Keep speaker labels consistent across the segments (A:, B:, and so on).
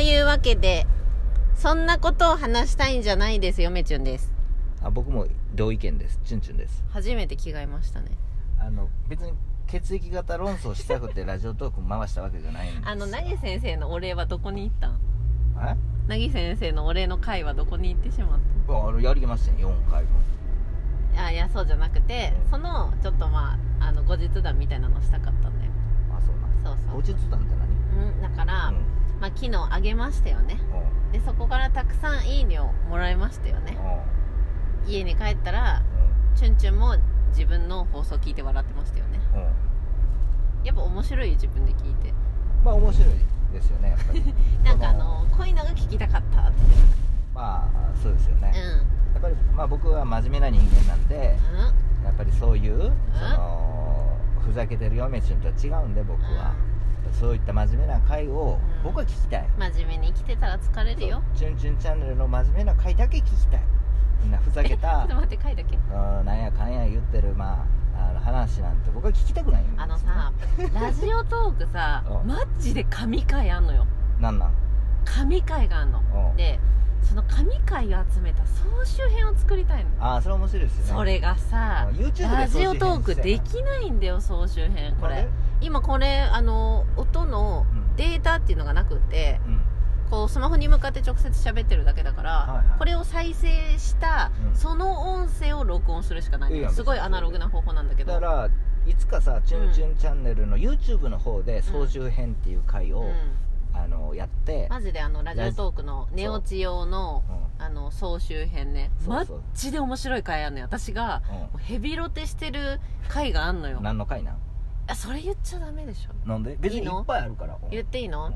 A: いうわけで、そんなことを話したいんじゃないですよ、めちゅんです。
B: あ僕も同意見ですチュンチュンです
A: 初めて着替えましたね。
B: あの別に血液型論争したくてラジオトーク回したわけじゃないんです
A: あの、なぎ先生のお礼はどこに行ったん
B: え
A: なぎ先生のお礼の会はどこに行ってしまっ
B: ああのやりましたね4回も
A: たあ、いや、そうじゃなくて、その、ちょっとまあ、あの、後日談みたいなのしたかったんだよ。
B: あそうなん
A: そうそう
B: 落。ち着いたんって何
A: うん、だから、
B: うん
A: まあ、昨日あげましたよね。で、そこからたくさんいいねをもらいましたよね
B: う。んう
A: 家に帰ったら、チュンチュンも自分の放送聞いて笑ってましたよね。
B: んうんう
A: やっぱ面白いよ自分で聞いて。
B: んまあ面白いですよねやっ ぱり
A: なんかあのこういうのが聞きたかったって
B: まあそうですよね、
A: う
B: やっぱり、まあ、僕は真面目な人間なんで
A: んうん
B: やっぱりそういうそのふざけてる嫁チュンとは違うんで僕は、そういった真面目な回を
A: うん
B: 僕は聞きたい、
A: 真面目に生きてたら疲れるよ
B: チュンチュンチャンネルの真面目な回だけ聞きたいみんなふざけ
A: ちょ
B: た
A: っと待って書いとけ
B: うんなんやかんや言ってる、まあ、あの話なんて僕は聞きたくないんですよ
A: あの さラジオトークさ
B: うん
A: マジで神回あんのよ
B: なんなん
A: 神回があんの
B: うん
A: でその神回を集めた総集編を作りたいの
B: ああそれ面白いですよね
A: それがさ
B: うん YouTube で
A: ラジオトーク
B: 総集編
A: で
B: して
A: きないんだよ総集編こ
B: あれ
A: れ今これあの音の
B: うん
A: データっていうのがなくて
B: うん
A: こうスマホに向かって直接喋ってるだけだから、
B: はいはい
A: これを再生した、
B: うん
A: その音声を録音するしかない
B: いいやん
A: すごいアナログな方法なんだけど
B: だからいつかさ「チュンチュンチャンネル」の YouTube の方で総集編っていう回を、
A: うん、
B: あのやって、
A: マジであのラジオトークの寝落ち用の
B: うん
A: あの総集編ね
B: そうそう
A: マッチで面白い回あんのよ私がもうヘビロテしてる回があんの
B: う
A: よ
B: ん、何の回なん
A: あそれ言っちゃダメでしょ
B: なんで別にい
A: いい
B: っ
A: の
B: ぱいあるから
A: 言っていいの、
B: うん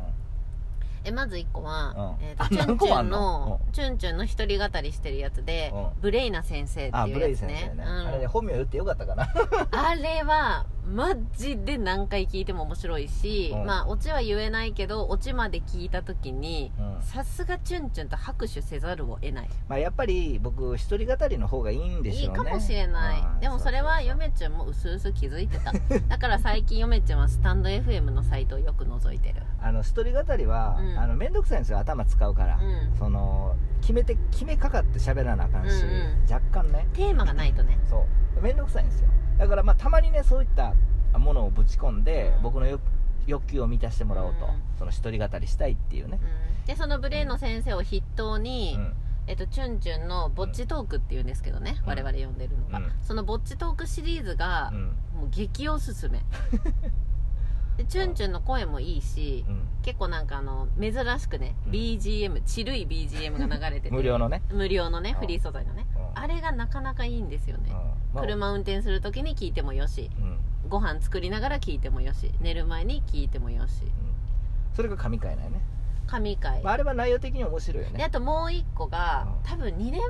A: えまず1個は、
B: うん
A: えーと
B: あ
A: チュン
B: 何
A: チ
B: 個も
A: ュ
B: あ
A: ン
B: ん
A: の
B: の
A: チュンチュンの一人語りしてるやつで、
B: うん
A: ブレイナ先生って
B: あ
A: い
B: ブ
A: う
B: レ
A: や
B: イ
A: つ
B: 先
A: ね
B: 生
A: う
B: ね、
A: ん
B: あれね本名言ってよかったかな
A: あれはマジで何回聞いても面白いし、
B: うん
A: まあオチは言えないけどオチまで聞いた時に
B: うん
A: さすがチュンチュンと拍手せざるを得ない
B: まあやっぱり僕一人語りの方がいいんで
A: い
B: し
A: い
B: ょうね
A: かもしれない、
B: うん
A: でもそれは
B: うう
A: 嫁ちゃんもうすうす気づいてただから最近嫁ちゃんはスタンド FM のサイトをよく覗いてる
B: あの一人語りは、
A: うん
B: あの面倒くさいんですよ頭使うから、
A: うん
B: その決めて決めかかって喋らなあかんし、
A: うんう
B: 若干ね
A: テーマがないとね
B: そう面倒くさいんですよだからまあたまにねそういったものをぶち込んで、
A: うん
B: 僕の欲欲求を満たしてもらおうと、
A: うん
B: その一人語りしたいっていうね、
A: うんでそのブレイの先生を筆頭に、
B: うん
A: えっと、チュンチュンのぼっちトークっていうんですけどね、
B: うん
A: 我々呼んでるのが、
B: うん
A: そのぼっちトークシリーズが、
B: うん
A: もう激おすす めでチュンチュンの声もいいし、
B: うん
A: 結構なんかあの珍しくね、
B: うん
A: BGM チルい BGM が流れてて
B: 無料のね、
A: 無料のね
B: うん
A: フリー素材のね
B: うん
A: あれがなかなかいいんですよね、
B: うんまあ
A: 車運転する時に聞いてもよし
B: うんうん
A: ご飯作りながら聞いてもよし寝る前に聞いてもよし
B: それが神回なんやね、
A: 神回、
B: まあ、あれは内容的に面白いよ
A: で
B: ね
A: あともう一個が
B: うん
A: 多分2年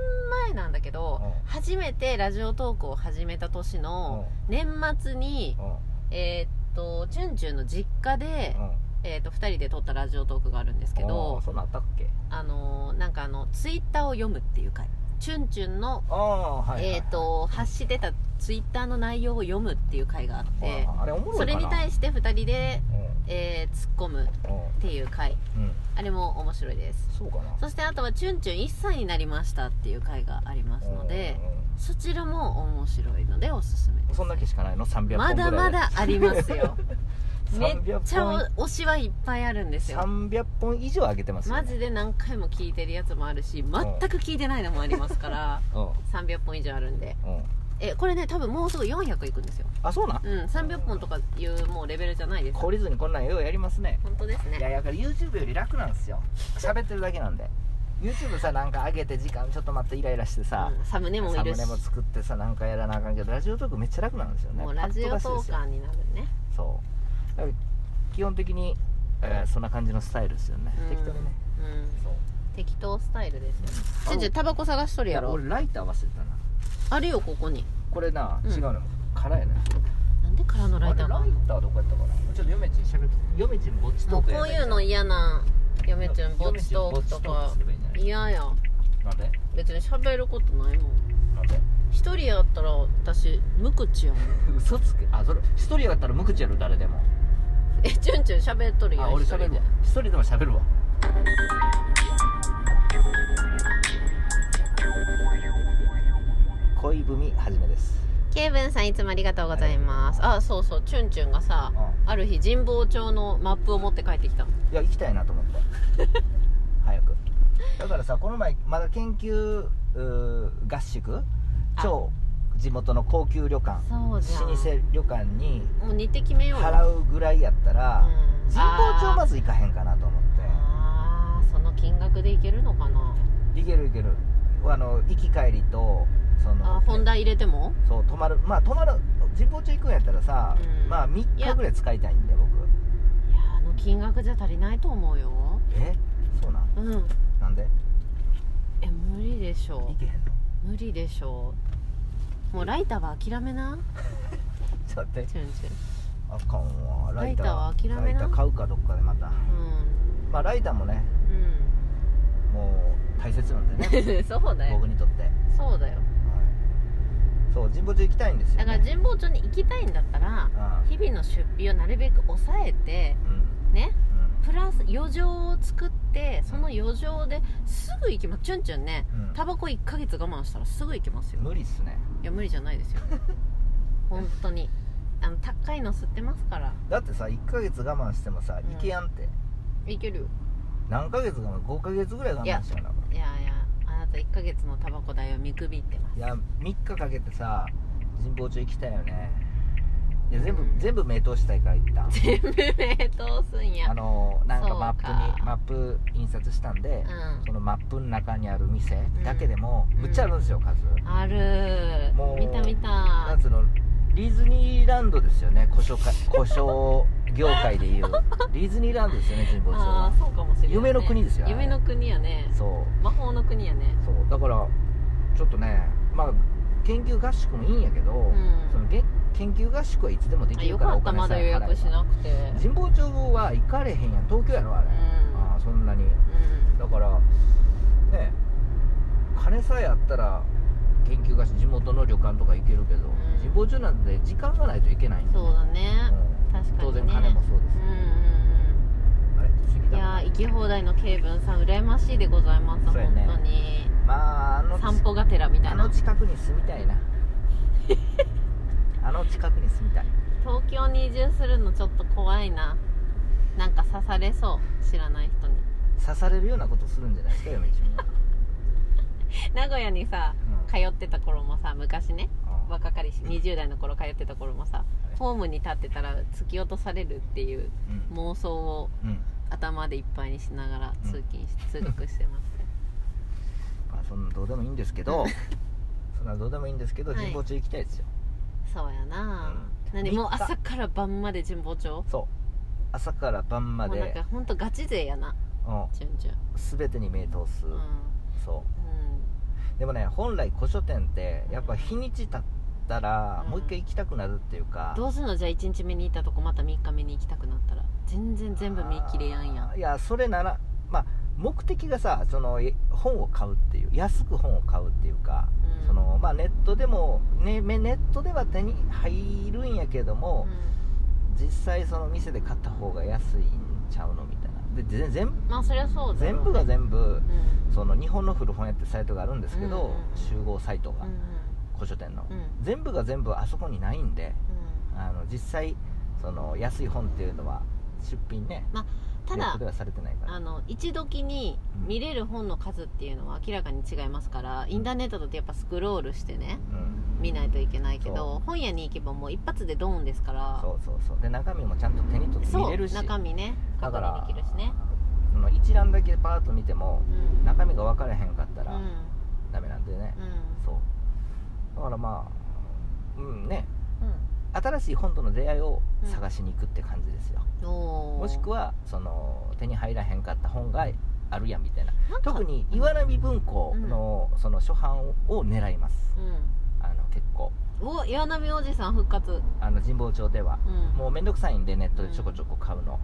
A: 前なんだけど
B: うん
A: 初めてラジオトークを始めた年の年末に
B: うんうん
A: えーっとチュンチュンの実家で、
B: うん
A: えーっと2人で撮ったラジオトークがあるんですけ
B: あ
A: ど
B: ーそんなんあったっけ
A: あのーなんかあのツイッターを読むっていう回チュンチュンの、
B: ああはいはいはい
A: えーっと発してたツイッターの内容を読むっていう回があっ
B: あ
A: て
B: ーあれおもろい
A: そ
B: かな
A: れに対して2人で、
B: う
A: えー突っ込むっ
B: ん
A: ていう回
B: うんうん
A: あれも面白いです
B: そうかな
A: そしてあとはチュンチュン1歳になりましたっていう回がありますので
B: うん
A: そちらも面白いのでおすすめです
B: そんだけしかないの300本ぐら
A: ま
B: い
A: だまだあります よめっちゃお
B: 300
A: 推しはいっぱいあるんですよ
B: 本300本以上上げてますよ、ね、
A: マジで何回も聞いてるやつもあるし全く聞いてないのもありますから
B: う
A: 300本以上あるんで
B: んうん
A: えこれね多分もうすぐ400いくんですよ
B: あそうなん
A: うん300本とかいうもうレベルじゃないです
B: 懲りずにこんなんようやりますね
A: 本当です
B: いや
A: ね
B: だから YouTube より楽なんですよ喋ってるだけなんで YouTube さなんか上げて時間ちょっと待ってイライラしてさ、
A: うんサムネもい
B: サ
A: る
B: ム
A: し
B: ネも作ってさなんかやらなあかんけどラジオトークめっちゃ楽なんですよね
A: もうラジオ
B: パッと
A: トー
B: 出しです
A: カ
B: よ
A: ーになるね
B: そうだから基本的に、えーそんな感じのスタイルですよね、
A: うん
B: 適当にね
A: うん
B: そう
A: 適当スタイルですよね
B: あ
A: ちんちゃんタバコ探しとる
B: い
A: や
B: や
A: ろ
B: 俺ライター忘れてたな
A: あるよここに
B: これな、
A: うん
B: 違うの空やね
A: なんで空のライターが
B: あれライターどこやったかなちょっと嫁ちんしゃべって嫁ちんぼっち
A: も
B: ト
A: う
B: ークや
A: こういうの嫌な嫁ちゃんぼっちトークとか
B: すればいいんじゃない
A: 嫌や
B: なんで
A: 別に喋ることないもん
B: なんで
A: 一人やったら私無口やもん
B: 嘘つけあそれ一人やったら無口やろ誰でも
A: えちゅんちゅん喋っとるよ
B: あ俺
A: 一人
B: 喋
A: で
B: るわ一人でも喋るわ
A: えー、ブンさんいつもありがとうございますあそうそうチュンチュンがさ
B: う
A: ある日神保町のマップを持って帰ってきたの
B: いや行きたいなと 思って早くだからさこの前まだ研究うー合宿
A: あ
B: 超地元の高級旅館
A: そうじゃん
B: 老舗旅館に
A: もう似て決めようよ
B: 払うぐらいやったら
A: うん
B: 神保町ま
A: あ
B: ず行かへんかなと思っ
A: ーあーその金額でいけるのかな
B: て行ける行けるあの行き帰りとその
A: あ本題入れても
B: そう泊まるまあ泊まる神保町行くんやったらさ、
A: うん
B: まあ3
A: いや
B: 日ぐらい使いたいんで僕
A: いやあの金額じゃ足りないと思うよ
B: えそうなん
A: うん
B: なんで
A: え無理でしょ
B: 行けへんの
A: う無理でしょうもうライターは諦めな
B: ちょっと待って
A: チュンチ
B: あかんわライタ
A: ライタ
B: ー
A: ーは諦めな
B: ライター買うかどっかでまた
A: ュン
B: まあライターもね
A: う
B: もう大切なん でね
A: んうんそうだよ
B: 僕にとって、はい、
A: そうだよ
B: そう神保町行きたいんですよ、ね、
A: だから神保町に行きたいんだったら日々の出費をなるべく抑えて
B: うんうん
A: ね
B: うん
A: プラス余剰を作ってその余剰ですぐ行きますチュンチュンね
B: うん
A: タバコ1ヶ月我慢したらすぐ行きますよ
B: 無理っすね
A: いや無理じゃないです よ本当にあの高いの吸ってますから
B: だってさ1ヶ月我慢してもさ
A: うん
B: 行けやんって、
A: いけるよ
B: 何ヶ月我慢5ヶ月ぐらい我慢してんだか
A: いやいやあなた1ヶ月のタバコ代を見くびってます
B: らいや3日かけてさ神保町行きたいよねいや全部、
A: うん
B: 全部目通したいか ら行った
A: 全部冷凍すんや
B: あのなんか
A: そう
B: マ
A: か
B: ップにマップ印刷したんで、
A: う
B: そのマップの中にある店だけでも
A: うん
B: むっちゃあるんですよ数、
A: んある
B: もう
A: 見た見
B: な
A: た
B: んつうのディズニーランドですよね 故障か故障業界でいうディズニーランドですよね神保町
A: あ
B: は
A: あそうかもしれない、ね、
B: 夢の国ですよあれ
A: 夢の国やね
B: そう
A: 魔法の国やね
B: そうだからちょっとねまあ研究合宿もいいんやけど、
A: ん
B: そのげ研究合宿はいつでもで
A: あ
B: きる
A: よ
B: から
A: かったまだ予約しな
B: く
A: くて
B: 神保町は行かれへんやん東京やろあれ、
A: うん
B: ああそんなに
A: うん
B: だからね金さえあったら研究合宿地元の旅館とか行けるけど、
A: ん
B: 神保町なんで時間がないといけないんで
A: そうだね
B: うん
A: 確かにね
B: 当然金もそうで
A: う
B: す、
A: んうん
B: あれ不思議
A: うんい
B: だ
A: や
B: な
A: ー行き放題のケイブンさん羨ましいでございます、
B: そうやね
A: 本当に
B: まああの
A: 散歩がてらみた
B: あ
A: いな
B: の近くに住みたいな あの近くに住みたい
A: 東京に移住するのちょっと怖いななんか刺されそう知らない人に
B: 刺されるようなことするんじゃないですか嫁ちゃんは、
A: 名古屋にさ
B: うん
A: 通ってた頃もさ昔ね
B: ああ
A: 若かりし20代の頃通ってた頃もさホームに立ってたら突き落とされるっていう
B: うん
A: 妄想を
B: うん
A: 頭でいっぱいにしながら通勤し、通学してます
B: まあそんなどうでもいいんですけどそんなどうでもいいんですけど
A: はい
B: 神保町行きたいですよ、
A: そうやな、
B: うん
A: 何
B: 三日
A: もう朝から晩まで神保町
B: そう朝から晩ま
A: もうなん
B: で
A: かほんとガチ勢やな
B: う
A: チュンチュン
B: ん、全てに目通す、
A: うん、
B: そ
A: うん、
B: うでもね本来古書店ってやっぱ日にち経ったら、
A: うん
B: もう一回行きたくなるっていうか
A: どうすんのじゃあ1日目に行ったとこまた3日目に行きたくなったら全然全部見切れやんやん
B: あーいやそれならまあ目的がさそのえ本を買うっていう安く本を買うっていうか、
A: うん
B: そのまあ、ネットでも、ね、めネットでは手に入るんやけど
A: う
B: も、
A: ん
B: 実際その店で買った方が安いんちゃうのみたいなでで全
A: まあそりゃそうだろうね
B: 全部が全部
A: うん
B: その日本の古本屋ってサイトがあるんですけど、
A: うんうんうん
B: 集合サイトが、
A: う
B: 古書店の、
A: んうんうん
B: 全部が全部あそこにないんであの実際その安い本っていうのは出品ね
A: た
B: ネッ
A: だ
B: トではされてないから
A: あの一時に見れる本の数っていうのは明らかに違いますからインターネットだとやっぱスクロールしてね
B: うん、
A: 見ないといけないけ
B: そ
A: ど本屋に行けばもう一発でドーンですから
B: そうそうそうで中身もちゃんと手に取って見
A: そ
B: れる
A: う
B: し
A: 中身ね
B: だ
A: 確
B: か
A: 認
B: ら
A: できるしね
B: その一覧だけパーッと見ても
A: うん
B: 中身が分からへんかった
A: う
B: ら
A: ん
B: ダメなんでね、
A: うん
B: そうだからまあうんね
A: う
B: 新しい本との出会いを探しに行くって感じですよ、
A: んおー
B: もしくはその手に入らへんかった本があるやんみたいな
A: なんか
B: 特に岩波文庫のその初版を狙います、
A: う
B: あの結構
A: んお岩波おじさん復活
B: あの神保町では
A: うん
B: もうめんどくさいんでネットでちょこちょこ買うの、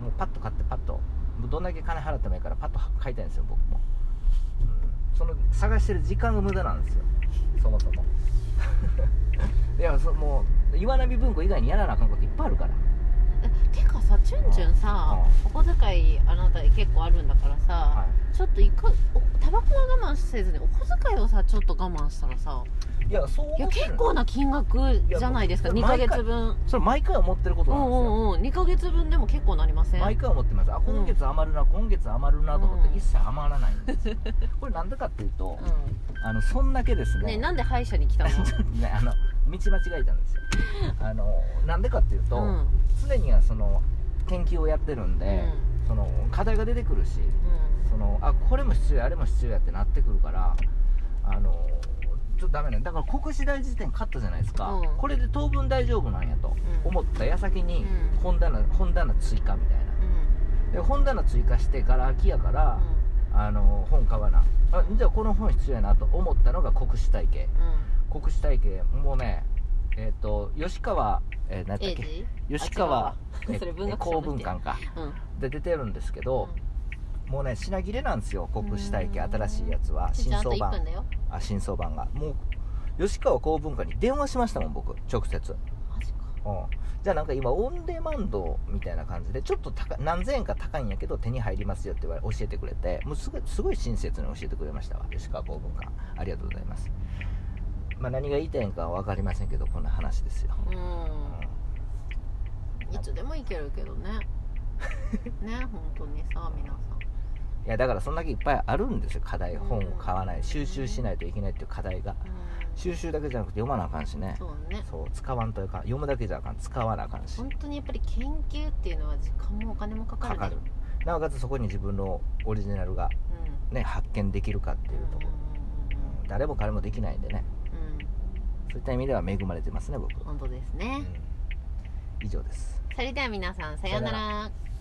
A: う
B: もうパッと買ってパッともうどんだけ金払ってもいいからパッと買いたいんですよ僕も、うん、その探してる時間が無駄なんですよそもそも いやそもう岩波文庫以外にやらなあかんこといっぱいあるから
A: んてかさチュンチュンさお小遣いあなた結構あるんだからさ、
B: は
A: ちょっといくおタバコは我慢せずにお小遣いをさちょっと我慢したらさ
B: い、いやそう思
A: いや
B: ってる
A: 結構な金額じゃないですか
B: い
A: 2
B: や
A: ヶ月分
B: それ毎回思ってること
A: う
B: なんですよ、
A: んうんうん2ヶ月分でも結構なりません
B: 毎回思ってますあ今月余るな、今月余るなと思って一切余らないんですよ、 これなんでかっていうと、あのそんだけです
A: うん、
B: ね
A: ねなんで歯医者に来たの
B: ねあの道間違えたんですよあのなんでかっていうと、
A: うん
B: 常にはその研究をやってるんで、その課題が出てくるし
A: う
B: そのあこれも必要やあれも必要やってなってくるからあのちょっとダメなんだから国士大辞典買ったじゃないですか、
A: うん
B: これで当分大丈夫なんやと
A: うん
B: 思った矢先に
A: うん
B: 本棚本棚追加みたいなんで本棚追加してから空きやから、あの本買わなあじゃあこの本必要やなと思ったのが国史体系
A: うんうん
B: 国史体系もうねえっ、と吉川えー、何だっ
A: 英
B: け
A: 字
B: 吉川
A: あ違うわ
B: え
A: それ文学者
B: 公
A: の人
B: 文館か
A: うんうん
B: で出てるんですけど、もうね品切れなんですよ国史体系
A: うん
B: 新しいやつは
A: ち
B: 新
A: ょっとあと
B: 装
A: 1分
B: 版
A: だよ
B: あ新装版がもう吉川公文館に電話しましたもん僕直接、うん、
A: マジか
B: じゃあなんか今オンデマンドみたいな感じでちょっと高い何千円か高いんやけど手に入りますよって言われ教えてくれてもうすごいすごい親切に教えてくれましたわ吉川公文館ありがとうございますまあ何が言いたいんかは分かりませんけどこんな話ですよ、
A: うんいつでも行けるけど ねね本当にさ皆さん
B: いやだからそんだけいっぱいあるんですよ課題
A: うん
B: 本を買わない収集しないといけないっていう課題が
A: うん
B: 収集だけじゃなくて読まなあかんしね
A: そうね
B: そう使わんとあかん読むだけじゃあかん使わなあかんし
A: 本当にやっぱり研究っていうのは時間もお金もかかる
B: か
A: ね
B: かるなおかつそこに自分のオリジナルが、
A: うん、
B: ね、発見できるかっていうところ、うん誰も彼もできないんでね
A: うん
B: そういった意味では恵まれてますね僕、
A: 本当です
B: う
A: ね
B: ん以上です
A: それでは皆さんさような
B: さよ
A: ら